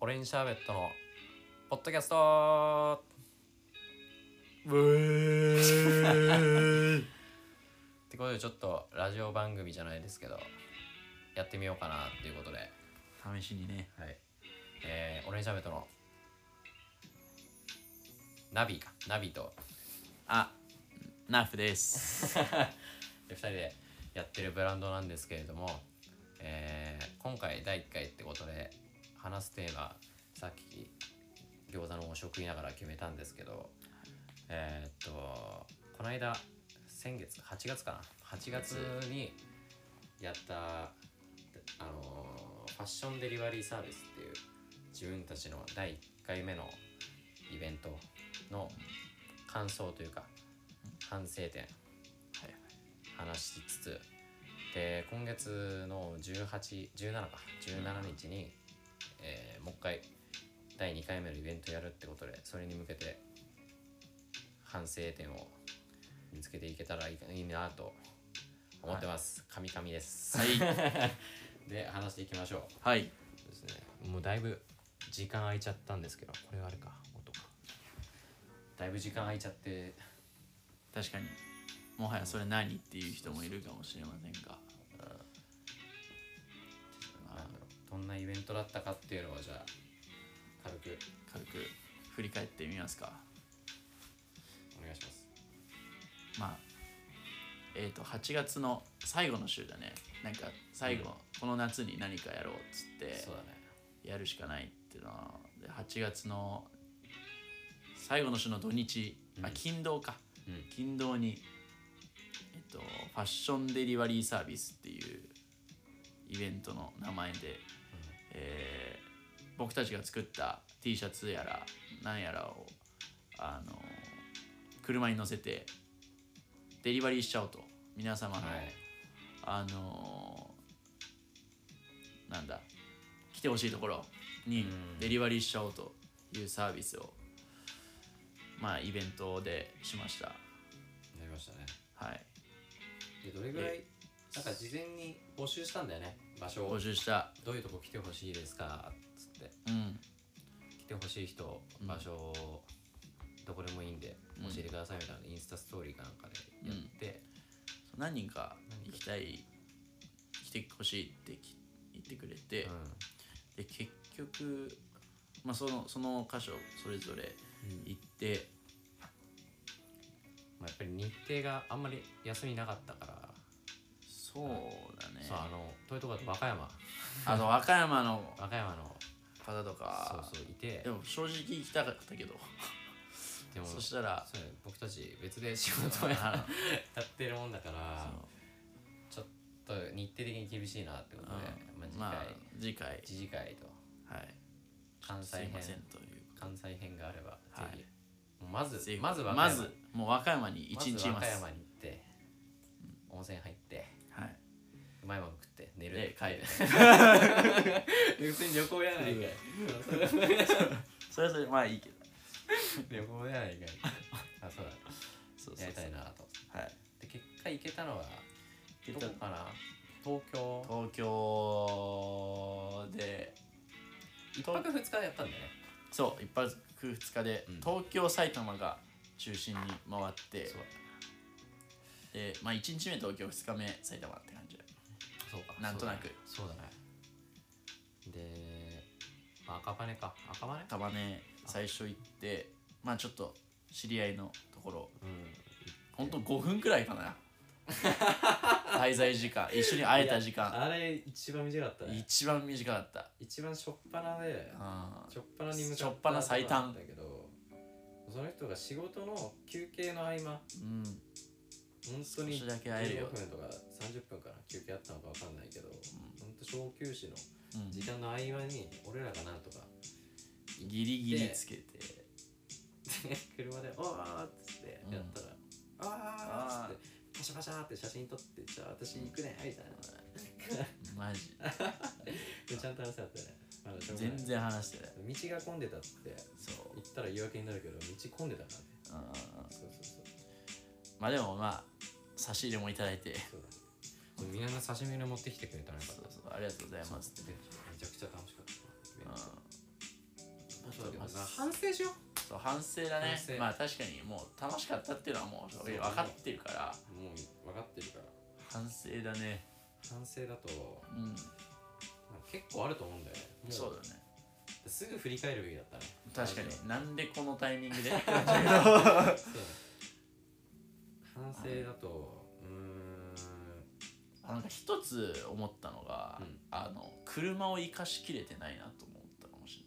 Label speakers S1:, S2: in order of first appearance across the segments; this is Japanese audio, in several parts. S1: オレンジシャーベットのポッドキャスト
S2: ブー
S1: ってことでちょっとラジオ番組じゃないですけどやってみようかなっていうことで、
S2: 試しにね
S1: はいえー、オレンジシャーベットのナビかナビと
S2: あナフです
S1: で2人でやってるブランドなんですけれども、えー今回第1回ってことで話すテーマさっき餃子のお食いながら決めたんですけどえーっとこの間先月8月かな8月にやったあのーファッションデリバリーサービスっていう自分たちの第1回目のイベントの感想というか反省点
S2: はいはい
S1: 話しつつで今月の1817か17日に、えーもう一回第2回目のイベントやるってことでそれに向けて反省点を見つけていけたらいいいいなと思ってます。カミカミです。 で話していきましょう。
S2: はい
S1: そうですね。もうだいぶ時間空いちゃったんですけど、これがあれか音か。だいぶ時間空いちゃって、
S2: 確かにもはやそれ何っていう人もいるかもしれませんが
S1: なんだろうどんなイベントだったかっていうのをじゃあ軽く
S2: 軽く振り返ってみますか
S1: お願いします。
S2: まあえっ、と8月の最後の週だねなんか最後、この夏に何かやろうっつって
S1: そうだね。
S2: やるしかないっていうのはで8月の最後の週の土日、あ勤労か、
S1: うん
S2: 勤労に、えっと、ファッションデリバリーサービスっていうイベントの名前で、えー僕たちが作った T シャツやらなんやらをあの車に乗せてデリバリーしちゃおうと皆様の、
S1: はい。
S2: あのーなんだ来てほしいところに
S1: うん
S2: デリバリーしちゃおうというサービスをまあイベントでしました
S1: なりましたね。
S2: はい
S1: でどれぐらいなんか事前に募集したんだよね場所を
S2: 募集した
S1: どういうとこ来てほしいですかっつって
S2: うん
S1: 来てほしい人場所をどこでもいいんで教えてくださいみたいなのインスタストーリーかなんかでやって、
S2: 何人か行きたい来てほしいってき言ってくれて、
S1: うん
S2: で結局、まあ、そのその箇所それぞれ行って、
S1: まあ、やっぱり日程があんまり休みなかったから、
S2: そうだね
S1: そうあの遠いとこだと和歌山
S2: あと和歌山の
S1: 和歌山の
S2: 方とか
S1: そうそういて
S2: でも正直行きたかったけど
S1: でも
S2: そし たら
S1: そうね僕たち別で仕事をややってるもんだからちょっと日程的に厳しいなってことで、まあ、
S2: まあ
S1: 次回
S2: 次回
S1: 一次回と
S2: はい
S1: 関
S2: す
S1: 西
S2: い
S1: 編
S2: ませんという
S1: 関西編があればぜひ、
S2: はい
S1: もうまず
S2: ぜひ
S1: まず和歌
S2: ま
S1: 山
S2: ずもう和歌山に
S1: ま
S2: 一
S1: ず
S2: 日い
S1: 和
S2: ま
S1: 歌
S2: す
S1: 山に行って温泉入って
S2: はい、
S1: うまいもの食って寝る
S2: で帰る
S1: 普通に旅行やないかい
S2: それはそれまあいいけど
S1: 旅行や ないかいあそうだや
S2: そうそう
S1: り
S2: そ
S1: た
S2: う
S1: いなと
S2: はい
S1: で結果行けたのは
S2: 行け
S1: ど
S2: た
S1: こかな東京
S2: 東京で
S1: 一泊二日でやったんだよね
S2: そう一泊二日で、
S1: うん
S2: 東京埼玉が中心に回って
S1: そう
S2: でまあ一日目東京二日目埼玉って感じ
S1: そうか
S2: なんとなく
S1: そうだねそうだねで、まあ、赤羽か赤羽
S2: 束ね最初行ってまあちょっと知り合いのところ
S1: うん
S2: ほんと5分くらいかな滞在時 間一緒に会えた時間
S1: あれ一番短かったね
S2: 一番短かった
S1: 一番初っ端で
S2: あ
S1: 初っ端に向かった
S2: 初っ端最短
S1: だけどその人が仕事の休憩の合間
S2: ーうん
S1: 本当に
S2: 少しだけ会えるよ
S1: 15分とか30分かな休憩あったのか分かんないけど、ほんと小休止の
S2: うん
S1: 時間の合間に俺らがなんとか
S2: ギリギリつけて
S1: 車で「おー!」っつってやったら「あー!」っつってパシャパシャって写真撮って「じゃあ私行くね」みたいな
S2: マジ
S1: でちゃんと話せなかったねまだしょうがな
S2: 全
S1: い
S2: 然話してない
S1: 道が混んでたっつって
S2: そう
S1: 行ったら言い訳になるけど道混んでたからね
S2: うんうんうん
S1: そうそうそう
S2: まあでもまあ差し入れもいただいて
S1: そうだねみんなが刺身で持ってきてくれたね
S2: そうそうありがとうございます
S1: めちゃくちゃ楽しかった
S2: うん
S1: まあ反省しよ
S2: そう反省だね
S1: 反省
S2: まあ確かにもう楽しかったっていうのはもう
S1: そう
S2: 分かってるから
S1: うもう分かってるから
S2: 反省だね
S1: 反省だと
S2: う
S1: なん
S2: ん
S1: か結構あると思うんだよねも
S2: そうだね
S1: すぐ振り返るべきだったね
S2: 確かになんでこのタイミン グで
S1: そう反省だとうーん
S2: あなんか一つ思ったのが、
S1: うん
S2: あの車を生かしきれてないなと思ったかもし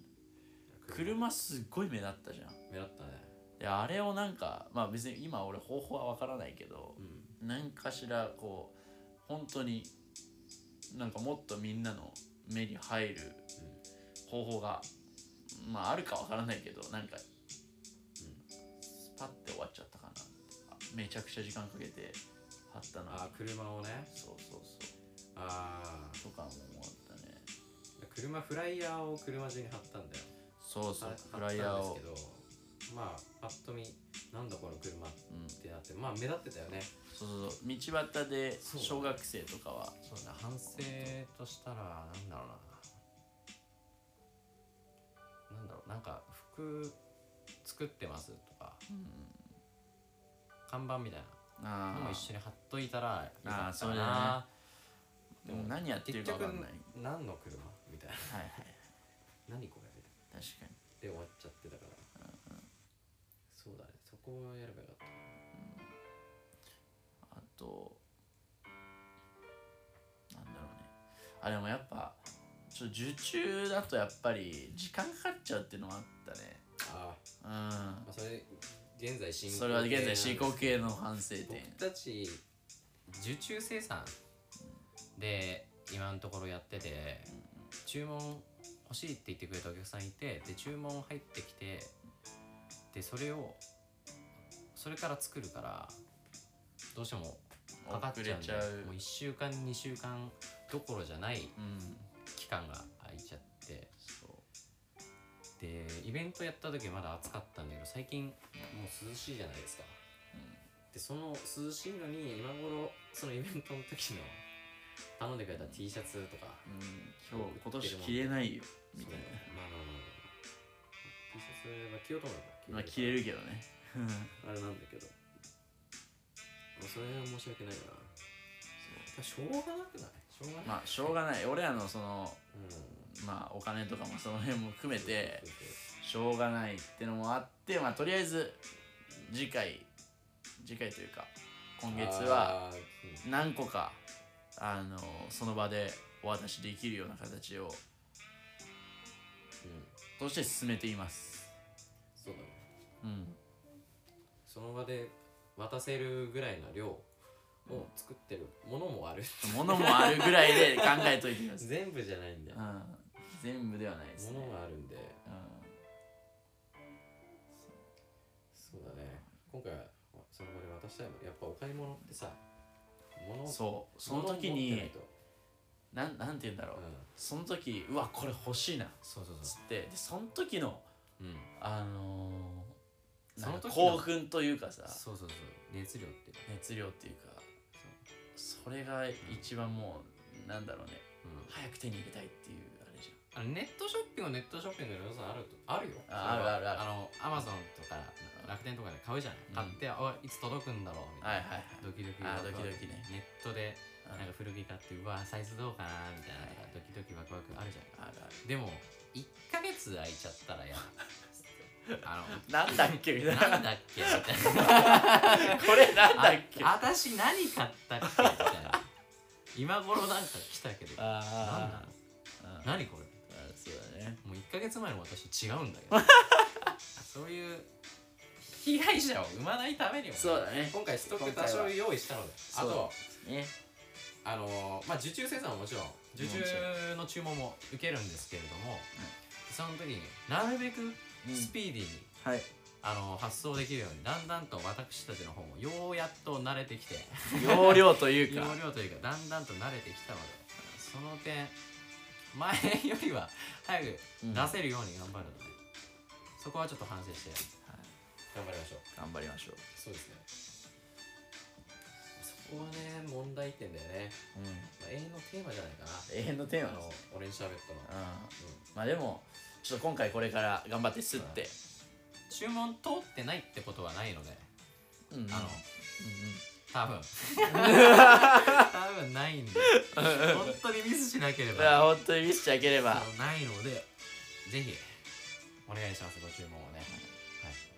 S2: れない車すっごい目立ったじゃん
S1: 目立ったね
S2: であれをなんかまあ別に今俺方法は分からないけど
S1: うん
S2: 何かしらこう本当になんかもっとみんなの目に入る方法が、まああるか分からないけどなんか、スパッて終わっちゃったかなあめちゃくちゃ時間かけて貼ったのに
S1: あー車をね
S2: そうそうそ
S1: あ
S2: うとかも思ったね
S1: ー車フライヤーを車中に貼ったんだよ
S2: そうそう
S1: は
S2: フライヤー
S1: 貼っ
S2: を
S1: たんですけどまあパッと見なんだこの車っ
S2: うん
S1: てなってまあ目立ってたよね
S2: そうそうそう道端で
S1: そう
S2: 小学生とかは
S1: そうだ反省としたらなんだろうななんだろうなんか服作ってますとか
S2: うん
S1: 看板みたいな
S2: あ
S1: のも
S2: あ
S1: 一緒に貼っといたらよかった
S2: あーそうだよ
S1: な
S2: ねでも何やって
S1: 結
S2: るか
S1: 局
S2: 分かんない
S1: 何の車みたいな
S2: はいはい
S1: 何これみたいな
S2: 確かに
S1: で終わっちゃってたからそうだねそこをやればよかっ
S2: あとなんだろうねあでもやっぱちょっと受注だとやっぱり時間かかっちゃうっていうのもあったね
S1: たああ
S2: うん
S1: まあそれ現在進行
S2: それは現在
S1: 形な
S2: 進
S1: んですけど
S2: 行形の反省点
S1: 僕たち受注生産で今のところやってて注文欲しいって言ってくれたお客さんいてで注文入ってきてでそれをそれから作るからどうしてもかかっ
S2: 遅
S1: ち
S2: れ
S1: ゃうん
S2: ち
S1: で
S2: ゃう
S1: もう1週間2週間どころじゃない
S2: うん
S1: 期間が空いちゃって
S2: そ
S1: でイベントやった時まだ暑かったんだけど最近もう涼しいじゃないですか
S2: ううん
S1: でその涼しいのに今頃そのイベントの時の頼んでくれた T シャツとか
S2: うん今日今年着れないよみた
S1: そう
S2: い
S1: まあまあまあまあ T シャツは着ようと思え
S2: なま
S1: ば
S2: あ着れるけどね そ
S1: あれなんだけどもうそれは申し訳ないなしょうがなくないしょうが
S2: う
S1: ない、
S2: まあしょうがない俺らのその
S1: うん
S2: まあお金とかもその辺も含めて
S1: そうそうそ
S2: しょうがないってのもあってまあとりあえず次回次回というか今
S1: う
S2: 月は
S1: あーうん
S2: 何個かあのその場でお渡しできるような形を
S1: うん
S2: として進めています
S1: そうだね
S2: うん
S1: その場で渡せるぐらいの量を作ってるものもある
S2: 物もあるぐらいで考えといてくださ い、
S1: 全部じゃないんだよ
S2: うん、全部ではないですね
S1: ものがあるんで
S2: うん
S1: そうだね今回はその場で渡したいもんやっぱお買い物ってさ物を
S2: そうその
S1: 物を持
S2: 時
S1: ってない
S2: に
S1: と
S2: なんなんて言うんだろう、
S1: うん
S2: その時うわこれ欲しいなっ
S1: そうそう
S2: つ
S1: そ
S2: ってでその時の
S1: ううん
S2: あのー、
S1: その
S2: なんか
S1: 時の
S2: 興奮というかさ
S1: そうそうそう熱量っていうか
S2: 熱量っていうかそれが一番もうなんだろうね
S1: うん
S2: 早く手に入れたいっていうあれじ
S1: あのネットショッピングはネットショッピングの良さあるとあるよそ
S2: あ
S1: れは
S2: あるあるある
S1: あのアマゾンとか楽天とかで買うじゃない、買っ
S2: うん
S1: ておいいつ届くんだろうみ
S2: ゃんは
S1: たいな、
S2: いはいはい
S1: ドキドキ
S2: あードキドキね
S1: ネットで
S2: あ
S1: なんか古着買ってうわサイズどうかなみたいなとかドキドキワクワクあるじゃない
S2: あるある
S1: でも1ヶ月空いちゃったらや だあの
S2: なんだっけみたいな
S1: なんだっけみたいな
S2: これなんだっけ
S1: あ私何買ったっけみたいな今頃なんか来たけどなんな
S2: あ
S1: の
S2: あ
S1: 何これ
S2: そうだね
S1: もう1ヶ月前の私違うんだ けどそういう被害者を生まないためにも
S2: そうだね
S1: 今回ストック多
S2: 今回
S1: 少
S2: は
S1: 用意したのであ
S2: そう
S1: と
S2: ね
S1: あのーまあ受注生産はもちろん受注の注文も受けるんですけれども、その時になるべくスピーディーに、
S2: はい
S1: あのー発送できるようにだんだんと私たちの方もようやっと慣れてきて
S2: 容量という
S1: 容
S2: か
S1: 量というかだんだんと慣れてきたのでその点前よりは早く
S2: うん
S1: 出せるように頑張るので、そこはちょっと反省して頑張りましょう
S2: 頑張りましょう
S1: そうですねそこはね問題点だよね、
S2: うん
S1: まあ、永遠のテーマじゃないかな
S2: 永遠のテーマ
S1: あ
S2: で
S1: の
S2: すね
S1: オレンジシャーベットの、
S2: うんまあでもちょっと今回これから頑張ってすって、
S1: 注文通ってないってことはないので
S2: うん
S1: あの多 分多分ないんで本当にミスしなけれ
S2: いや
S1: ば
S2: 本当にミスしなければ
S1: そうないのでぜひお願いしますご注文をね、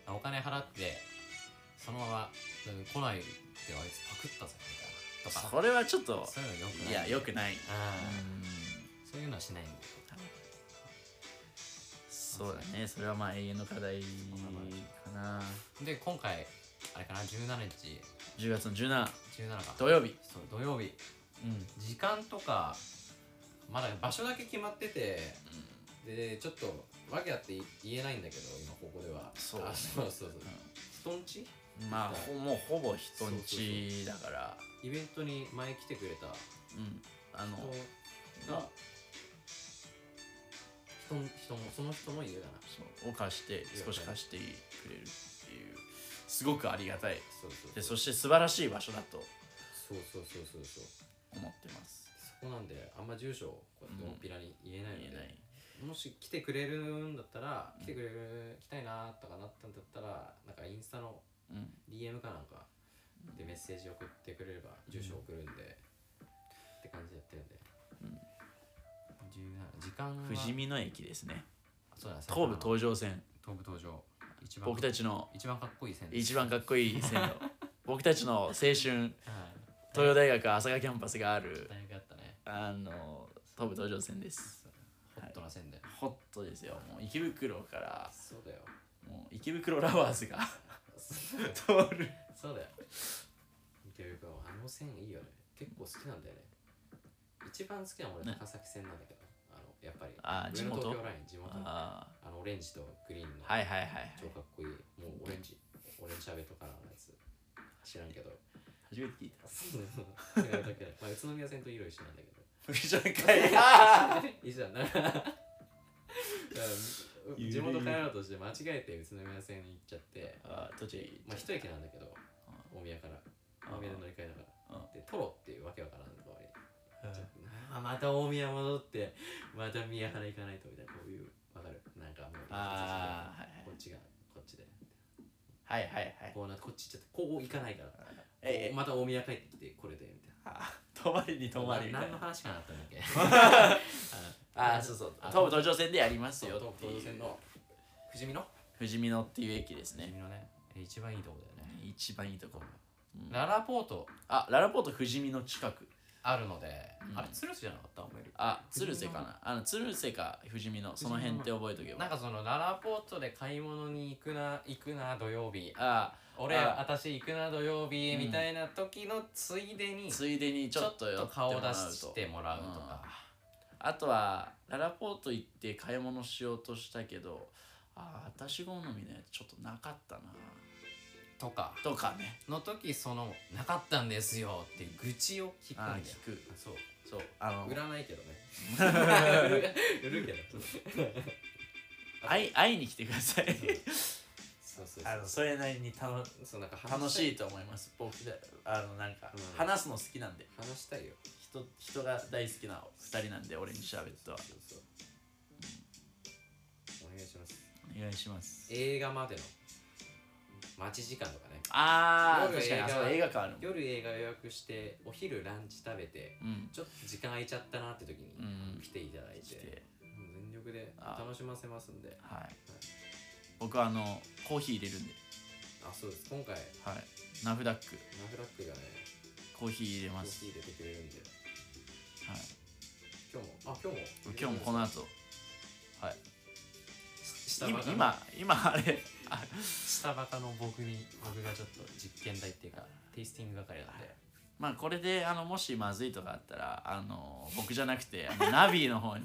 S1: はい、お金払ってそのままうん来ないであいつパクったぜみたいなとか
S2: それはちょっと
S1: そういうのよくない
S2: いやよくない、
S1: うんそういうのはしないんで
S2: そうだねそれはまあ永遠の課題かな
S1: で今回あれかな17日
S2: 10月の17
S1: 17か
S2: 土曜日
S1: そう土曜日
S2: うん
S1: 時間とかまだ場所だけ決まってて、でちょっと訳あって言えないんだけど今ここでは
S2: そう
S1: あそうそうそう、人んち
S2: まあほもうほぼ人んちだから
S1: イベントに前来てくれた
S2: うんあの
S1: 人が人ん人もその人の家だな
S2: そうを貸して少し貸してくれるっていうすごくありがたい
S1: そうそう
S2: で
S1: そう
S2: そして素晴らしい場所だと
S1: そうそうそうそうそう
S2: 思ってます
S1: そこなんであんま住所をこうやって
S2: う
S1: 大っぴら
S2: ん
S1: に言えないの
S2: 言
S1: で、
S2: えない
S1: もし来てくれるんだったら来てくれる、来たいなとかなったんだったらなんかインスタの
S2: うん、
S1: DM かなんかでメッセージ送ってくれれば住所送るんで、って感じでやってるんで、17時間は
S2: 富士見の駅ですね
S1: そうだね
S2: 東武
S1: 東
S2: 東上線
S1: 部登場一番
S2: 僕たちの
S1: 一番かっこいい線です
S2: 一番かっこいい線 路僕たちの青春東
S1: はい
S2: 洋大学朝霞キャンパスがある
S1: 大学あったね
S2: あの東武東上線です
S1: ホットな線で、
S2: ホットですよもう池袋から
S1: そうだよ
S2: もう池袋ラバーズが
S1: そ
S2: 通る
S1: うだよ池袋あの線いいよね結構好きなんだよね一番好きなのは俺
S2: ね
S1: 高崎線なんだけど、あのやっぱり
S2: あー
S1: 上の
S2: 地元
S1: 東京ライン地元あ
S2: あ
S1: のオレンジとグリーンの
S2: あはいはいはいはい
S1: 超かっこいいもうオレンジオレンジシャーベットカラーのやつ知らんけど
S2: 初めて聞いた
S1: そうそう違うだけだまあ宇都宮線と色一緒なんだ け
S2: 一緒かい あ
S1: ど一緒なんだだから地元帰ろうとして間違えて宇都宮線に行っちゃって
S2: ー栃木
S1: まあ一駅なんだけど
S2: う
S1: 大宮から
S2: うん
S1: 大宮で乗り換えなが
S2: う
S1: らでトロっていうわけわからんとこに行っちゃってあーまた大宮戻ってまた宮原行かないとみたいなこういうわかるなんかもう
S2: あ
S1: こっちがこっちで
S2: あはいはいはいはい
S1: こうなこっち行っちゃってこう行かないから
S2: ええ
S1: また大宮帰ってきてこれでみたいな
S2: あ泊まりに泊まりみたい
S1: 何の
S2: な
S1: 話かなったんだっ け
S2: あーそうそう
S1: あ
S2: 東武東上線でやりますよって
S1: 東武
S2: いう
S1: 線の富士見の
S2: 富士見野っていう駅です
S1: 富士
S2: ね
S1: 見のね一番いいとこだよね
S2: 一番いいところ
S1: ララポート
S2: あララポート富士見の近く
S1: あるので
S2: うん
S1: あれ鶴瀬じゃなかったお前
S2: あ鶴瀬かなあの鶴瀬か富士見のその辺って覚えとけ
S1: なん
S2: ば
S1: かそのララポートで買い物に行くな行くな土曜日
S2: あ
S1: 俺
S2: あ
S1: 私行くな土曜日
S2: うん
S1: みたいな時のついでに
S2: ついでにちょっと
S1: ち
S2: 寄
S1: ょっ
S2: っ
S1: と
S2: ても
S1: 顔
S2: らう
S1: 出
S2: と
S1: してもらうとか
S2: あとはララポート行って買い物しようとしたけどあー私好みのやつちょっとなかったな
S1: とか
S2: とかね
S1: の時その「なかったんですよ」って愚痴を聞くん
S2: あ
S1: だ
S2: ー
S1: よ
S2: 聞く
S1: そう
S2: そうあの
S1: 売らないけ どね売る売るけど
S2: 会い会いに来てください
S1: そうそう
S2: あ
S1: そ
S2: のそれなりに楽
S1: うそうなんか
S2: 楽
S1: 話
S2: し
S1: し
S2: いと思います僕であのなんか
S1: うん
S2: 話すの好きなんで
S1: たい話したいよ
S2: 人人が大好きな2人なんで俺にシャーベットは
S1: そうそうお願いします
S2: お願いします
S1: 映画までの待ち時間とかね
S2: あー
S1: 夜
S2: 確かに
S1: 映画
S2: あそう映画館あるもん
S1: 夜映画予約してお昼ランチ食べて
S2: うん
S1: ちょっと時間空いちゃったなって時に
S2: うん
S1: 来ていただい
S2: 来
S1: て,、
S2: て
S1: 全力で楽しませますんで
S2: はい僕はあのコーヒー入れるんで
S1: あそうです今回
S2: はいナフダック
S1: ナフラックがね
S2: コーヒー入れ
S1: コー
S2: ます
S1: ヒー入れてくれるんで
S2: はい
S1: 今日もあ今日も
S2: 今日もこの後はい
S1: 下
S2: 今
S1: バカの
S2: 今今あれあ
S1: 下バカの僕に僕がちょっと実験台っていうかテイスティング係なんで
S2: まあこれであのもしまずいとかあったらあの僕じゃなくてあのナビの方 に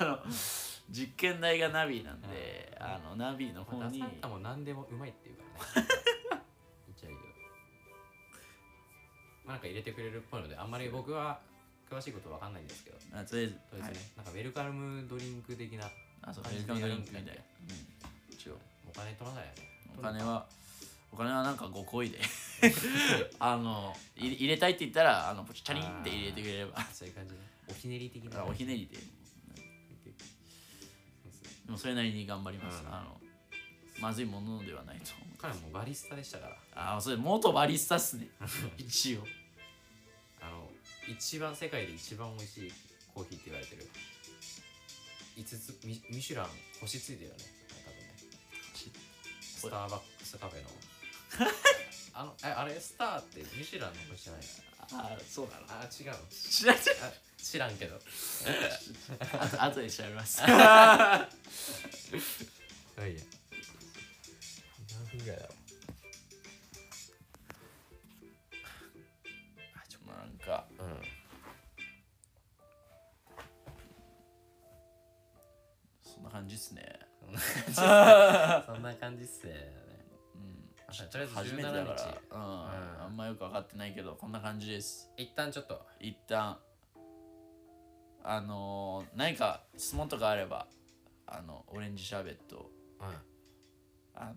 S2: あの実験台がナビなんであのナビの方
S1: まあ、ダ
S2: に
S1: サンタも何でもうまいっていうからね 言っちゃいいよまあなんか入れてくれるっぽいのであんまり僕は詳しいことわかんないんですけどと
S2: あとりあえず
S1: りあ
S2: は
S1: え
S2: い
S1: ずね、なんかウェルカムドリンク的な
S2: あそうウ
S1: 感
S2: ェ
S1: じ
S2: ル
S1: で
S2: カムドリンクみ
S1: や
S2: た
S1: るん
S2: いな
S1: だっけ
S2: うん一応
S1: お金取らないよね
S2: お金はお金はなんかご好 意であのい入れたいって言ったらあのチャリンって入れてくれれば
S1: そういう感じねおひねり的な
S2: おひねりででもそれなりに頑張ります、
S1: うん
S2: あのまずいものではないと思う
S1: 彼もバリスタでしたから
S2: ああそれ元バリスタっ すね一応
S1: あの一番世界で一番美味しいコーヒーって言われてる5つミミシュラン星ついてるよね多分ねスターバックスカフ ェのあのえあれスターってミシュランの星じゃない
S2: ああそうだな
S1: あ違うの
S2: 知らん知
S1: あ知らんけど
S2: らんあと後で調べます
S1: はいや何分ぐらいだろう
S2: なんか
S1: うん
S2: そんな感じっすね
S1: そんな感じっすね。あとりあえず
S2: 初めてだ
S1: 17日
S2: から、うん
S1: うん
S2: あんまよく分かってないけどこんな感じです
S1: 一旦ちょっと
S2: 一旦あのー何か質問とかあればあのオレンジシャーベット
S1: うん
S2: あの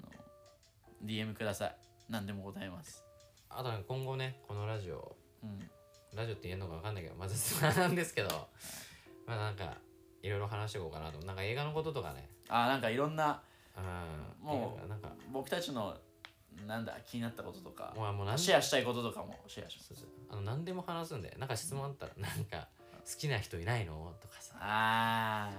S2: DM ください何でも答えます
S1: あとなんか今後ねこのラジオ
S2: うん
S1: ラジオって言えるのか分かんないけどまず質問なんですけどまあなんかいろいろ話していこうかなとなんか映画のこととかね
S2: あなんかいろんな
S1: うん
S2: もう
S1: なんか
S2: 僕たちのなんだ気になったこととか
S1: もうもう何
S2: シェアしたいこととかもシェアしま
S1: そ
S2: す
S1: うそうあの何でも話すんでなんか質問あったらなんか好きな人いないのとかさ
S2: あ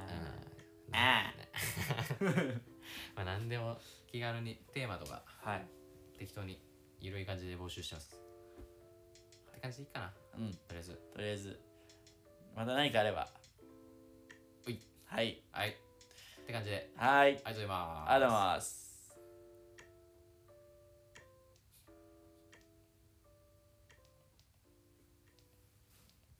S1: うん
S2: あ
S1: まあ何でも気軽にテーマとか
S2: あはい
S1: 適当にいろい感じで募集してますって感じでいいかな
S2: うん
S1: とりあえず
S2: とりあえずまた何かあれば
S1: ほい
S2: はい
S1: はいって感じで
S2: はい
S1: ありがとうございます
S2: ありがとうございます